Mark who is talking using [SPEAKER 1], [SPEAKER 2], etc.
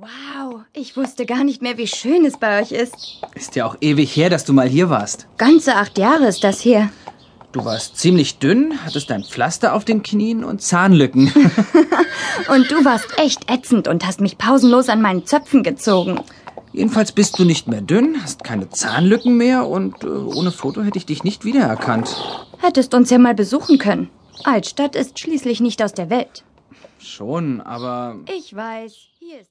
[SPEAKER 1] Wow, ich wusste gar nicht mehr, wie schön es bei euch ist.
[SPEAKER 2] Ist ja auch ewig her, dass du mal hier warst.
[SPEAKER 1] Ganze acht Jahre ist das her.
[SPEAKER 2] Du warst ziemlich dünn, hattest ein Pflaster auf den Knien und Zahnlücken.
[SPEAKER 1] Und du warst echt ätzend und hast mich pausenlos an meinen Zöpfen gezogen.
[SPEAKER 2] Jedenfalls bist du nicht mehr dünn, hast keine Zahnlücken mehr und äh, ohne Foto hätte ich dich nicht wiedererkannt.
[SPEAKER 1] Hättest uns ja mal besuchen können. Altstadt ist schließlich nicht aus der Welt.
[SPEAKER 2] Schon, aber
[SPEAKER 1] Ich weiß, hier ist.